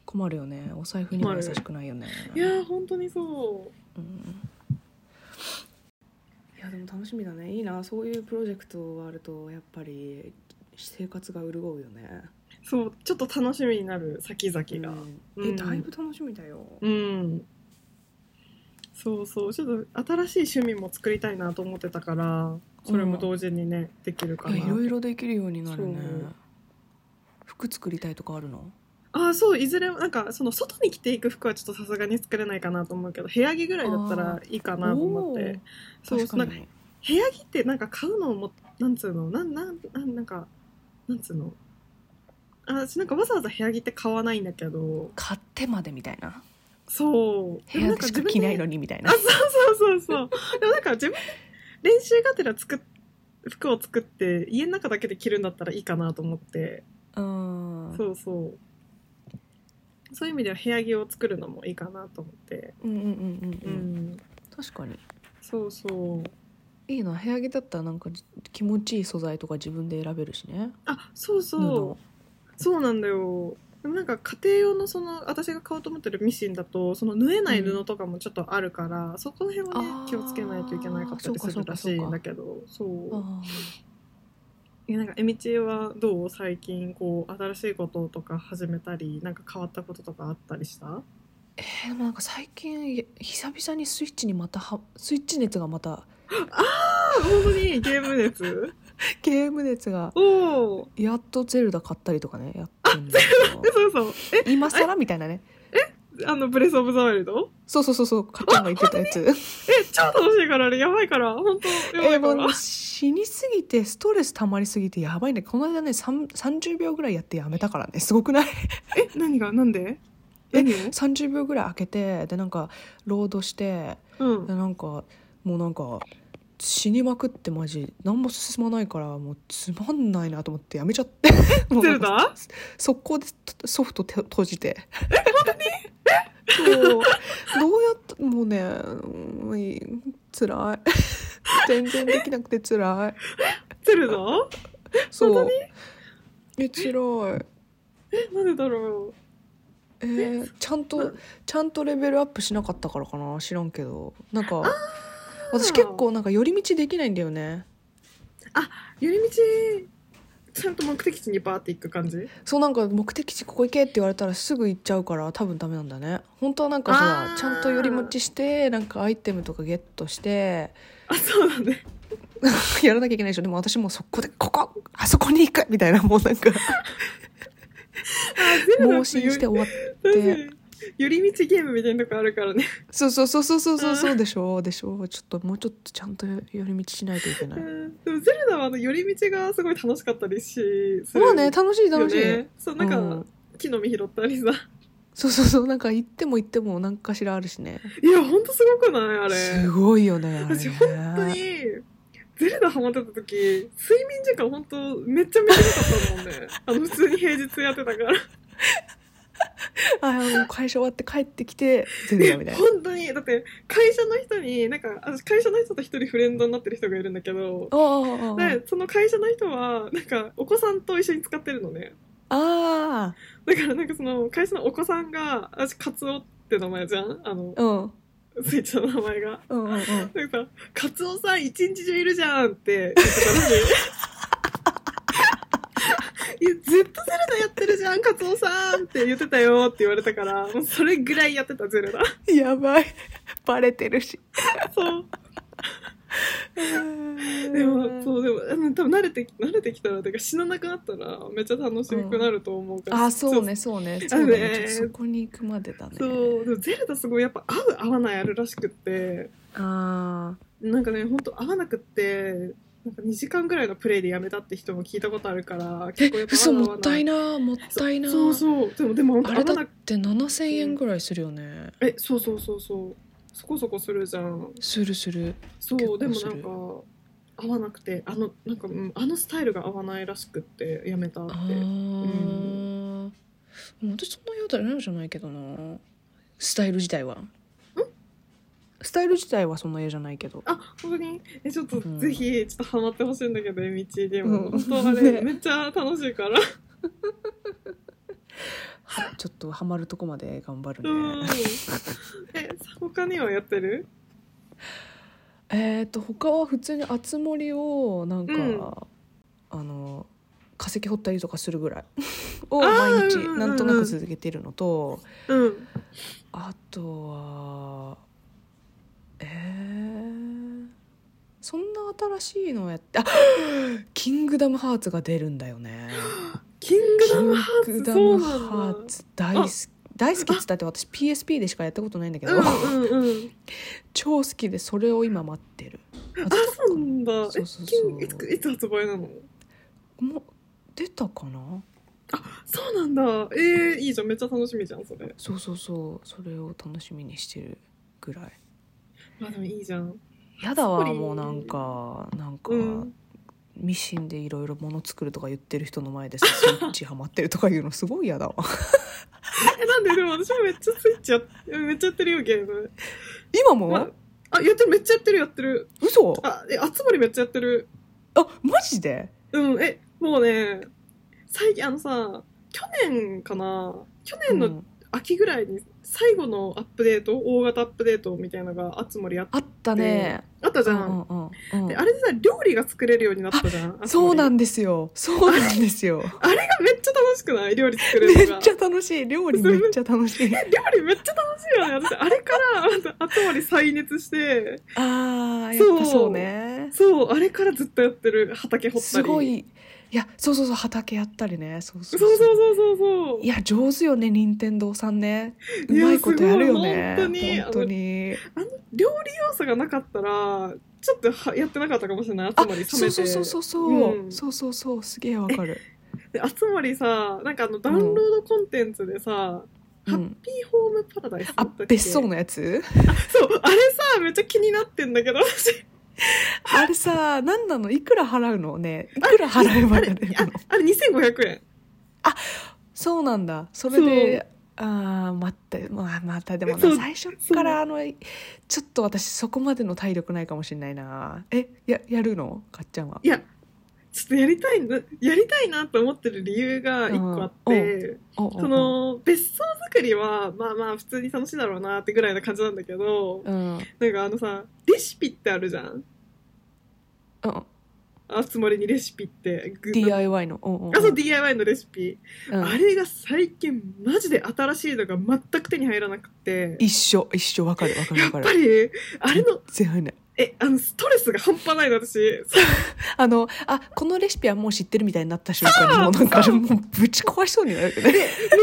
S2: 困るよねお財布にも優しくないよね
S1: いやー本当にそう
S2: うんいやでも楽しみだねいいなそういうプロジェクトがあるとやっぱり生活が潤うよね、
S1: そうちょっと楽しみになる先々
S2: う
S1: が
S2: ん
S1: う
S2: え
S1: ん
S2: だいぶ楽しみだよ、
S1: うんそうそうちょっと新しい趣味も作りたいなと思ってたからそれも同時にねできるか
S2: いや
S1: ない
S2: ろいろできるようになるね
S1: そう
S2: 服作りたいとかあるの
S1: ああそういずれなんかその外に着ていく服はちょっとさすがに作れないかなと思うけど部屋着ぐらいだったらいいかなと思っ
S2: お
S1: て
S2: ー
S1: そう
S2: 確
S1: な
S2: か
S1: んか
S2: に
S1: 部屋着ってなんか買うのもなんつうのなんなんなんなんかなんつうのあ私なんかわざわざ部屋着って買わないんだけど
S2: 買ってまでみたいな
S1: そう
S2: 部屋
S1: なん
S2: でしか着ないのにみたいな
S1: あそうそうそうそう。でもなんか自分で練習がてら作っ服を作って家の中だけで着るんだったらいいかなと思って、
S2: うん
S1: そうそうそういう意味では部屋着を作るのもいいかなと思って
S2: うんうんうんう
S1: うん、
S2: ん、うん、確かに
S1: そうそう
S2: いいな部屋着だったらなんかじ気持ちいい素材とか自分で選べるしね
S1: あそう
S2: 布
S1: そうそうなんだよでもなんか家庭用のその私が買おうと思ってるミシンだとその縫えない布とかもちょっとあるから、そこら辺はね
S2: あー
S1: 気をつけないといけないかったりするらしいんだけどそう
S2: あ
S1: えなんかえみちはどう最近こう新しいこととか始めたりなんか変わったこととかあったりした
S2: ーえー、でもなんか最近い久々にスイッチにまたはスイッチ熱がまた
S1: あ本当にゲーム熱
S2: ゲーム熱が
S1: おお
S2: やっとゼルダ買ったりとかねやってんだけど
S1: えそうそうえ
S2: 今更みたいなね
S1: あの、ブレス・オブ・ザ・ワイルド
S2: そうそうそうそう、かっちゃんが言ってたやつ。
S1: え、超楽しいから、あれ、やばいから、本当やば
S2: え
S1: いか
S2: も
S1: ら
S2: う。死にすぎてストレス溜まりすぎてやばいねこの間ね3 30秒ぐらいやってやめたからねすごくない
S1: え、何がなんで
S2: え
S1: 何を
S2: ?30 秒ぐらい開けてでなんかロードして
S1: うん
S2: で。なんかもうなんか死にまくってマジ何も進まないからもうつまんないなと思ってやめちゃって もう
S1: ゼ
S2: な
S1: ル
S2: んか
S1: ダ
S2: 速攻でソフト手閉じてそうどうやってもうねうん辛い 全然できなくて辛い
S1: ゼルダ
S2: そう。え、辛い。
S1: え、なんでだろう。
S2: えーちゃんと、ちゃんとレベルアップしなかったからかな、知らんけど。なんか、私結構なんか寄り道できないんだよね。
S1: 寄り道、ちゃんと目的地にバーって行く感じ
S2: そうなんか目的地ここ行けって言われたらすぐ行っちゃうから多分ダメなんだね本当はなんかほ
S1: あ
S2: ら
S1: ー
S2: ちゃんと寄り道してなんかアイテムとかゲットして
S1: あ、そうだ ね。
S2: やらなきゃいけないでしょでも私もう速攻でここあそこに行くみたいなもうなんか盲信して終わって
S1: 寄り道ゲームみたいなとこあるからね。
S2: そうそうそうそうそうそうそうでしょでしょちょっともうちょっとちゃんと寄り道しないといけない
S1: うんでもゼルダはあの寄り道がすごい楽しかったりし、す
S2: まあ
S1: る
S2: ね
S1: よ
S2: 楽しい楽しい、
S1: ね。そう、なん
S2: う
S1: か
S2: ん、
S1: 木の実拾ったりさ。
S2: そうそうそうなんか行っても行っても何かしらあるしね
S1: いや、ほんとすごくないあれ。
S2: すごいよねあれ
S1: 私本当に
S2: ね
S1: ゼルダハマってた時睡眠時間本当めっちゃ短かったもんね あの普通に平日やってた から
S2: あもう会社終わって帰ってきてゼルダみたいな
S1: 本当にだって会社の人になんか私会社の人と一人フレンドになってる人がいるんだけど
S2: あーあー
S1: でその会社の人はなんかお子さんと一緒に使ってるのね
S2: あ
S1: だからなんかその会社のお子さんが私カツオって名前じゃんあの
S2: ーうん
S1: スイッチの名前が
S2: うんうんうん
S1: なんかさカツオさん一日中いるじゃんって言ってたらしいいやずっとゼルダやってるじゃんカツオさんって言ってたよって言われたからもうそれぐらいやってたゼルダ
S2: やばいバレてるし
S1: そうで
S2: で
S1: もそうでもうん多分慣れて慣れてきたらてか死ななくなったらめっちゃ楽しくなると思うから、
S2: あそうねそうね
S1: あ
S2: そ
S1: の
S2: う
S1: ね
S2: だねちょっとそこに行くまでだね
S1: そうでもゼルダすごいやっぱ合う合わないあるらしくって
S2: あ
S1: なんかねほんと合わなくってなんか2時間ぐらいのプレイでやめたって人も聞いたことあるから結構や
S2: ー
S1: っぱ
S2: 嘘
S1: 合う合
S2: も
S1: わ
S2: ったいなもったいな
S1: そうそうでもでも本当
S2: あ
S1: 合わ
S2: れだ
S1: な
S2: っ
S1: く
S2: て7000円ぐらいするよね
S1: えそうそうそうそうそこそこするじゃん
S2: するする
S1: そ
S2: 結
S1: う
S2: 構
S1: でも
S2: す
S1: な
S2: る
S1: んか合わなくてあのなんか、うん、あのスタイルが合わないらしくってやめたって
S2: あーでも私そんなようだ嫌じゃないけどなスタイル自体はスタイル自体はそんな嫌じゃないけど
S1: あ本当にえちょっと、
S2: うん
S1: ぜひちょっとハマってほしいんだけど MT でも、
S2: うん
S1: 本当あれ、
S2: ね
S1: めっちゃ楽しいから
S2: はちょっとハマるとこまで頑張る
S1: うん
S2: ね
S1: え他にはやってる
S2: えっと他は普通に熱盛をなんか、
S1: うん
S2: あの化石掘ったりとかするぐらい を
S1: あー
S2: 毎日
S1: うんうんうん
S2: なんとなく続けてるのと
S1: うん
S2: あとはえー、そんな新しいのをやってあキングダムハーツが出るんだよね。
S1: キング
S2: キ
S1: ダ
S2: ン
S1: ムハー
S2: グ
S1: ツ
S2: ダ
S1: そ
S2: ム
S1: うなんだ
S2: ハーツ大好き大好きっつったって私 PSP でしかやったことないんだけど、
S1: うんうんうん
S2: 超好きでそれを今待ってるあ
S1: あそうなんだえ
S2: そうそうそう
S1: キンいついつ発売なの
S2: もう出たかな
S1: そうなんだえー、いいじゃんめっちゃ楽しみじゃんそれ
S2: そうそうそうそれを楽しみにしてるぐらい
S1: まあでもいいじゃん
S2: やだ
S1: そ
S2: わ
S1: れ
S2: もうなんかなんか、
S1: うん
S2: ミシンでいろいろ物作るとか言ってる人の前でさスイッチハマってるとか言うのすごい嫌だわ
S1: えなんででも私もめっちゃスイッチやっめっちゃやってるよゲーム
S2: 今も、
S1: まあやってるめっちゃやってるやってる
S2: 嘘あ
S1: あえあつ森めっちゃやってる
S2: マジで
S1: うんえもうね最近あのさ去年かな去年
S2: う
S1: の
S2: ん
S1: 秋ぐらいに最後のアップデート、大型アップデートみたいなのがあつ森あ
S2: あったね、
S1: あったじ
S2: う
S1: ゃ
S2: んうん
S1: ん、
S2: うんうん
S1: であれでさ料理が作れるようになったじゃんあつ森
S2: そうなんですよ そうなんですよ
S1: あれがめっちゃ楽しくない料理作れ
S2: め
S1: るのが
S2: っちゃ楽しい料理めっちゃ楽し い
S1: 料理めっちゃ楽しいよね私あれからあつ森再熱して
S2: あー
S1: そう
S2: やっぱそうね
S1: そうあれからずっとやってる畑掘ったり
S2: すごいいいやそうそうそう畑やったりねそうそ
S1: そううそうそうそうそう
S2: いや上手よね任天堂さんねう
S1: いや
S2: まいことやるよね
S1: すごい
S2: 本
S1: 本
S2: 当
S1: 当
S2: に
S1: あの料理要素がなかったらちょっとはやってなかったかもしれないあつまり冷めて
S2: そうそうそうそうそう、
S1: うん
S2: そうそうそうすげえわかる
S1: であつまりさなんかあのダウンロードコンテンツでさ、
S2: う
S1: ハ
S2: ん、
S1: ピーホームパラダイスだ
S2: あ
S1: ったっけ
S2: 別荘の やつ
S1: そうあれさめっちゃ気になってんだけど私
S2: あれさ何なのいくら払うのねいくら払えば
S1: あれ
S2: やれる
S1: あ
S2: の
S1: あれ2500円
S2: そうなんだそれでああまたまあまたでも
S1: そ
S2: な
S1: う
S2: 最初からあのちょっと私そこまでの体力ないかもしれないなえややるのかっちゃんはい
S1: やちょっとやりたいなやりたいなと思ってる理由が1個あって、
S2: おうおうおう
S1: その別荘作りはまあまあ普通に楽しいだろうなってぐらいな感じなんだけど、
S2: うんうん
S1: なんかあのさレシピってあるじゃんあつまりにレシピってぐ
S2: DIY のおうおうおう
S1: あそう DIY のレシピ、
S2: うん
S1: あれが最近マジで新しいのが全く手に入らなくて
S2: 一緒一緒わかるわかる
S1: や
S2: わ
S1: っ
S2: か
S1: ぱり
S2: る
S1: あれの
S2: 全然入んない
S1: えあのストレスが半端ないの私
S2: あのあこのレシピはもう知ってるみたいになった瞬間にもうなんかあれもうぶち壊しそうになるよね
S1: も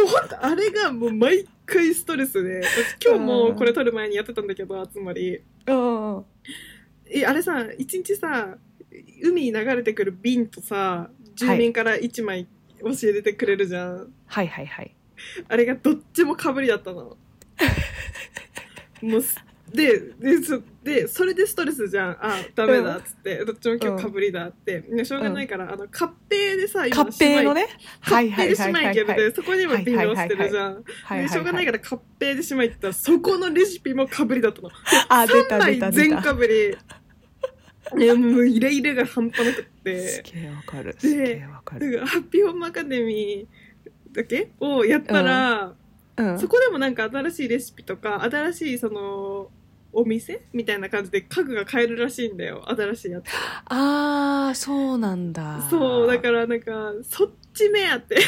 S1: うほんとあれがもう毎回ストレスで私今日もこれ撮る前にやってたんだけどつまり
S2: うんうん
S1: えあれさ一日さ海に流れてくる瓶とさ住民から1枚教えてくれるじゃん、
S2: はいはいはい
S1: あれがどっちもかぶりだった のもうすででそでそれでストレスじゃんあダメだっつって、どっちも今日かぶりだって、ねしょうがないから、あのカッペでさ
S2: カッペの
S1: ね
S2: ねは
S1: カ
S2: い
S1: ッ
S2: は
S1: ペで
S2: いは
S1: 姉
S2: いはいは
S1: 妹
S2: い
S1: ギャルでそこにも瓶をしてるじゃん、
S2: はいはい
S1: でしょうがない
S2: は
S1: からカッペで姉妹って言ったらそこのレシピもかぶりだったの
S2: あ出た出
S1: 3
S2: た
S1: 枚
S2: 出
S1: 全
S2: た
S1: かぶりいやもうイレイレが半端なくっ
S2: す
S1: て
S2: げえわかる
S1: です
S2: げえわか
S1: だ
S2: る
S1: からハッピーホームアカデミーだけをやったら、
S2: うん
S1: そこでもなんか新しいレシピとか新しいそのお店みたいな感じで家具が買えるらしいんだよ新しいやつ
S2: ああそうなんだ
S1: そうだからなんかそっち目当て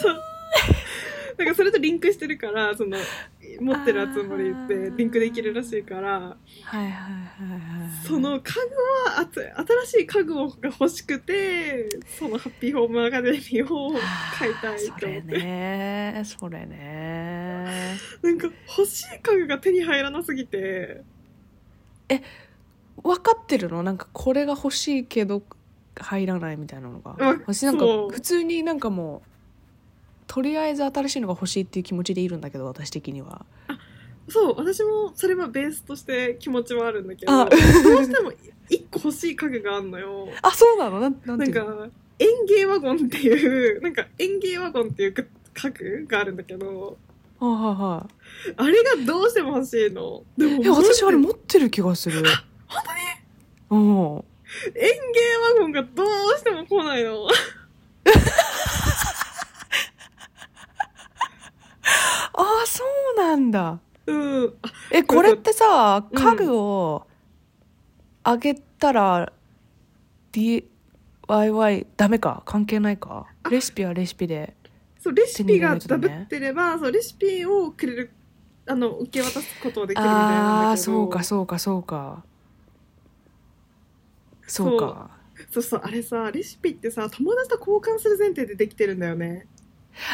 S1: そうなんかそれとリンクしてるからその持ってるあつもりってリンクできるらしいから
S2: はいはいはいはい
S1: その家具はあつ新しい家具が欲しくてそのハッピーホームアカデミーを買いたい
S2: あーそ
S1: と思
S2: れ
S1: って、
S2: ねそれね
S1: なんか欲しい家具が手に入らなすぎて
S2: 分かってるのなんかこれが欲しいけど入らないみたいなのが
S1: うん
S2: 私なんか
S1: そう
S2: 普通になんかもうとりあえず新しいのが欲しいっていう気持ちでいるんだけど私的には
S1: そう私もそれはベースとして気持ちはあるんだけ
S2: あ
S1: どどうしても一個欲しい家具があるのよ
S2: あそうなのなんなん
S1: な
S2: て
S1: ん
S2: いうの
S1: か園芸ワゴンっていうなんか園芸ワゴンっていう家具があるんだけど
S2: はいはいはい
S1: あれがどうしても欲しいのでも
S2: え
S1: マジで
S2: 私あれ持ってる気がする
S1: 園
S2: 本
S1: 芸ワゴンがどうしても来ないの
S2: 当にうんあそうなんだ
S1: うんあ
S2: えこれってさ
S1: うん
S2: 家具をあげたら DIY ダメか関係ないか
S1: あ
S2: レシピはレシピで
S1: そうレシピ
S2: 手に入れな
S1: が
S2: いと
S1: ダ
S2: ね
S1: ブってればそうレシピをくれるあの受け渡すことができるみたいなんだけど
S2: ああーそうかそうかそうかそうか
S1: そうそうあれさレシピってさ友達と交換する前提でできてるんだよね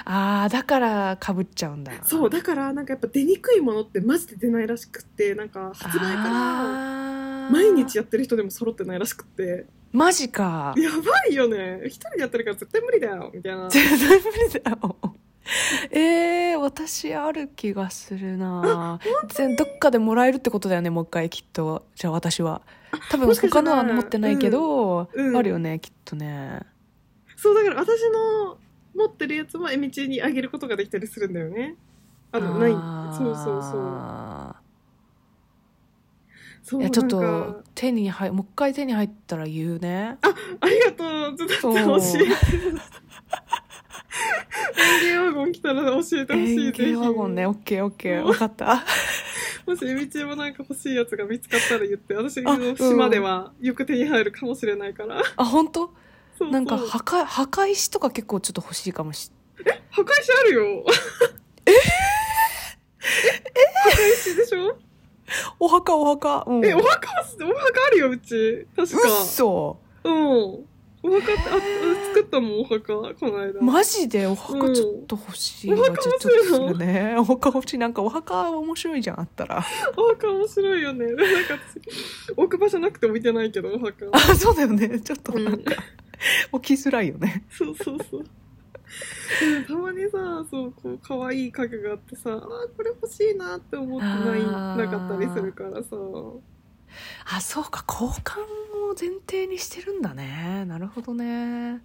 S2: ああだからかぶっちゃうんだ
S1: そうだからなんかやっぱ出にくいものってマジで出ないらしくってなんか発売から
S2: あー
S1: 毎日やってる人でも揃ってないらしくって
S2: マジか
S1: やばいよね一人でやってるから絶対無理だよみたいな
S2: 絶対無理だよえー、私ある気がするな全どっかでもらえるってことだよねもう一回きっとじゃあ私は多分
S1: もしかした
S2: 他
S1: ら
S2: のは持ってないけど、
S1: うんうん
S2: あるよねきっとね
S1: そうだから私の持ってるやつもえみちにあげることができたりするんだよねあのないそうそうそう
S2: う
S1: そう
S2: いやちょっ
S1: なん
S2: と
S1: か
S2: 手に入もう一回手に入ったら言うね
S1: ありがとうちょっと教えて園芸ワゴン来たら教えてほしい
S2: 園
S1: ぜ
S2: 芸
S1: ひ
S2: ワゴンねオッケーオッケー
S1: うん
S2: 分かった
S1: もしエビチもなんか欲しいやつが見つかったら言って私
S2: あ
S1: の島ではよく手に入るかもしれないから、
S2: あ本当
S1: そうそう
S2: なんか墓墓石とか結構ちょっと欲しいかもし
S1: 破壊しあるよええ破壊しでしょ、
S2: お墓お墓うん
S1: えお墓はお墓あるようち確か
S2: うっそう
S1: うんおお墓ってあ作ったもんお墓この間
S2: マジでお墓ちょっと欲しいわ、
S1: うんお墓
S2: ちょっと
S1: 欲しいの
S2: するねお墓欲しいなんかお墓は面白いじゃんあったら
S1: お墓面白いよねなんか私置く場所なくて置いてないけどお墓
S2: あそうだよねちょっと
S1: う
S2: なん
S1: ん
S2: か、起きづらいよね
S1: そうそうそう。でもたまにさ、そう、こう、可愛い家具があってさ、あーこれ欲しいなって思ってない、
S2: あー
S1: なかったりするからさ。う
S2: あそうか交換を前提にしてるんだねなるほどね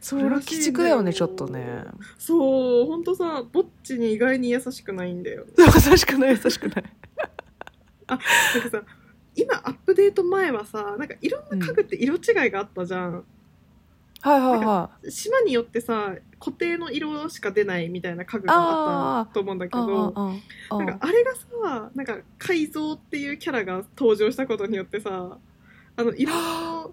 S2: それは
S1: ら
S2: 鬼
S1: しいんだよ
S2: 畜だよねちょっとね
S1: そう、ほんとさ、ぼっちに意外に優しくないんだよね。
S2: 優しくない優しくない
S1: なんかさ、今アップデート前はさ、なんかいろんな家具って色違いがあったじゃん。
S2: はいは
S1: な
S2: い
S1: ん
S2: は
S1: 島によってさ、固定の色しか出ないみたいな家具があったと思うんだ
S2: い
S1: けど、
S2: あああ
S1: なんかあれがさなんか改造っていうキャラが登場したことによってさあの色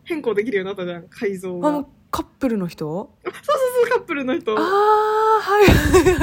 S1: 変更できるようになったじゃん改造
S2: あ
S1: が
S2: のカップルの人
S1: そうそうそうカップルの人
S2: ああは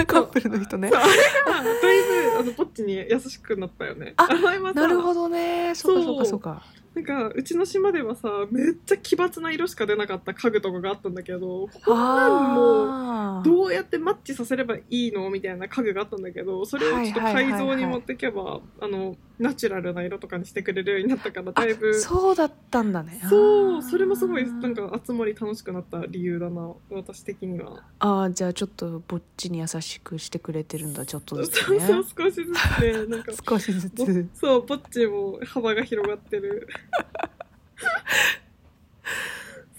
S2: いカップルの人ね
S1: そうあれがだいぶあのぼっちに優しくなったよね
S2: あ
S1: 前はさ
S2: なるほどねそっかそっか
S1: そ
S2: そうっか
S1: なんかうちの島ではさめっちゃ奇抜な色しか出なかった家具とかがあったんだけどこんなんもう
S2: あー
S1: どうやってマッチさせればいいのみたいな家具があったんだけどそれをちょっと
S2: はいはいは
S1: 改
S2: いはい
S1: 造に持ってけばあのナチュラルな色とかにしてくれるようになったからだいぶ
S2: あそうだったんだね
S1: そ
S2: あー
S1: うそれもすごいなんか集まり楽しくなった理由だな私的には、
S2: ああじゃあちょっとぼっちに優しくしてくれてるんだちょっと
S1: そう
S2: ずつ
S1: そう
S2: ね
S1: 少しずつねなんか
S2: 少しずつ
S1: そうぼっちも幅が広がってる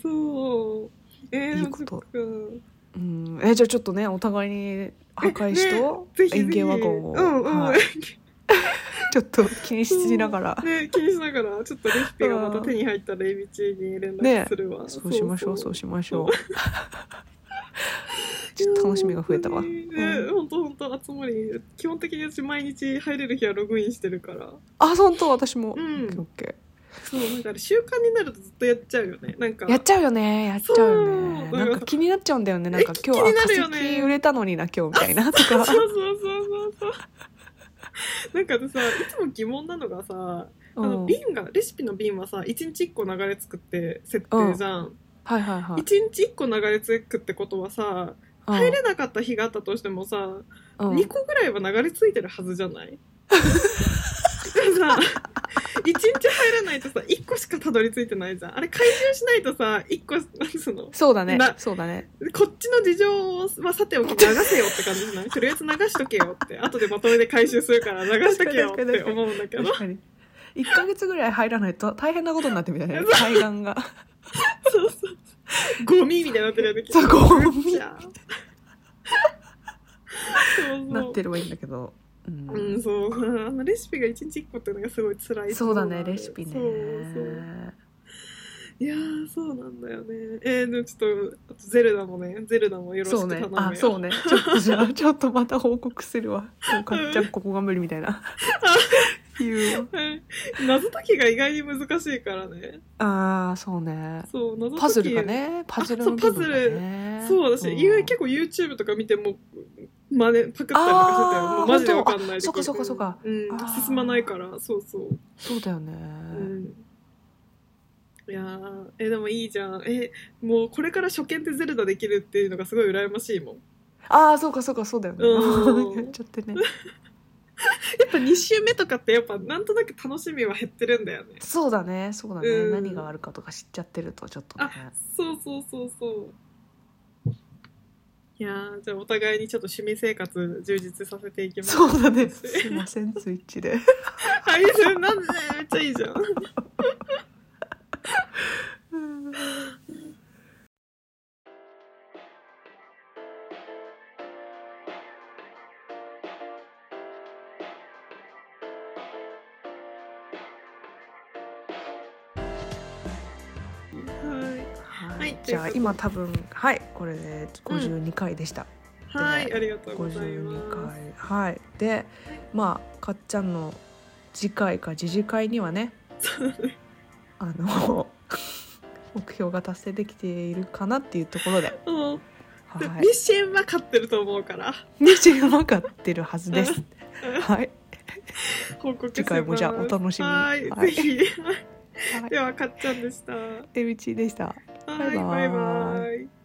S1: そうえー、
S2: いいこと
S1: そっか
S2: うんえじゃあちょっとねお互いに破壊しと
S1: ぜひぜひ
S2: 園芸ワゴンを、
S1: うんうん、
S2: はいちょっと気にしながら、
S1: ね気にしながらちょっとレシピがまた手に入ったらエビチに連
S2: ね
S1: 絡するわ、
S2: そうしましょうそうしましょう
S1: そ
S2: ちょっと楽しみが増えたわ、うん
S1: 本当本当集まり基本的に私毎日入れる日はログインしてるから
S2: あ本当私も、
S1: うん
S2: オッケーオッケ
S1: そうなんかあれ習慣になるとずっとやっちゃうよねなんか
S2: ーやっちゃうよねやっちゃうよね
S1: そう
S2: なんか気になっちゃうんだよねなんか
S1: え
S2: 今日
S1: 気
S2: は
S1: にな
S2: 化
S1: るよね
S2: 石売れたのにな今日みたいなと
S1: そう
S2: か
S1: そうそうそうそうなんかさいつも疑問なのがさ、
S2: う
S1: あ
S2: ん
S1: の瓶がレシピの瓶はさ1日1個流れ作って設定じゃん、
S2: はいはいはい
S1: 1日1個流れ作ってことはさ入れなかった日があったとしてもさ、
S2: うん
S1: 2個ぐらいは流れ着いてるはずじゃ ないだからさ1日入らないとさ1個しかたどり着いてないじゃんあれ回収しないとさ1個なんつうの
S2: そうだね
S1: な
S2: そうだね
S1: こっちの事情はさておき流せよって感じじゃないとりあえず流しとけよって後でまとめて回収するから流しとけよって思うんだけど
S2: 確かに1ヶ月ぐらい入らないと大変なことになってみたいな
S1: そう
S2: 海岸が
S1: そうそうゴミみたいになってるやつ
S2: そうゴミ
S1: めっちゃそうそう
S2: なってればいいんだけど、うん
S1: うん、そうあのレシピが1日1個っていうのがすごい辛い
S2: そうだねレシピね
S1: そうそういやーそうなんだよねえー、でもちょっとあとゼルダもねゼルダもよろし
S2: そう
S1: く
S2: ね
S1: 頼むよ
S2: あそうねちょっと じゃあちょっとまた報告するわもうかっちゃんここが無理みた いないう
S1: はい謎解きが意外に難しいからね
S2: ああそうね
S1: そう謎解き
S2: パズルがねパズルの部分がね
S1: そう私、意外結構 YouTube とか見ても真似パクったりとかしてたよ
S2: あー
S1: もうマジでわかんないで
S2: 本当あそうかそうか
S1: うん
S2: あー
S1: 進まないからそうそう
S2: そうだよね、
S1: うんいやーえでもいいじゃんえもうこれから初見でゼルダできるっていうのがすごい羨ましいもん
S2: ああそうかそうかそうだよね
S1: うん
S2: やっちゃってね
S1: やっぱ2週目とかってやっぱなんとなく楽しみは減ってるんだよね
S2: そうだねそうだね、
S1: うん
S2: 何があるかとか知っちゃってるとちょっとね
S1: あそうそうそうそういやーじゃあお互いにちょっと趣味生活充実させていきます
S2: そうだねすいませんスイッチで
S1: あいいじゃんなんでめっちゃいいじゃんはい
S2: は
S1: はいい、
S2: じゃあ今多分はいこれで52回でした、
S1: はい、ありがとうござい
S2: 52
S1: ます。
S2: 回はいでまあかっちゃんの次回か次次回にはねあの 目標が達成できているかなっていうところで、
S1: うん
S2: は
S1: で
S2: い
S1: ミ ッ、シェンは勝ってると思うから、
S2: 22分かってるはずですはい
S1: 報告します
S2: 次回もじゃあお楽しみに
S1: はい、
S2: はい
S1: ぜひ。
S2: はい
S1: では、かっちゃんでした。
S2: エビチーでした
S1: ははい、
S2: バ
S1: バ
S2: イ
S1: イ
S2: バイ
S1: バイ。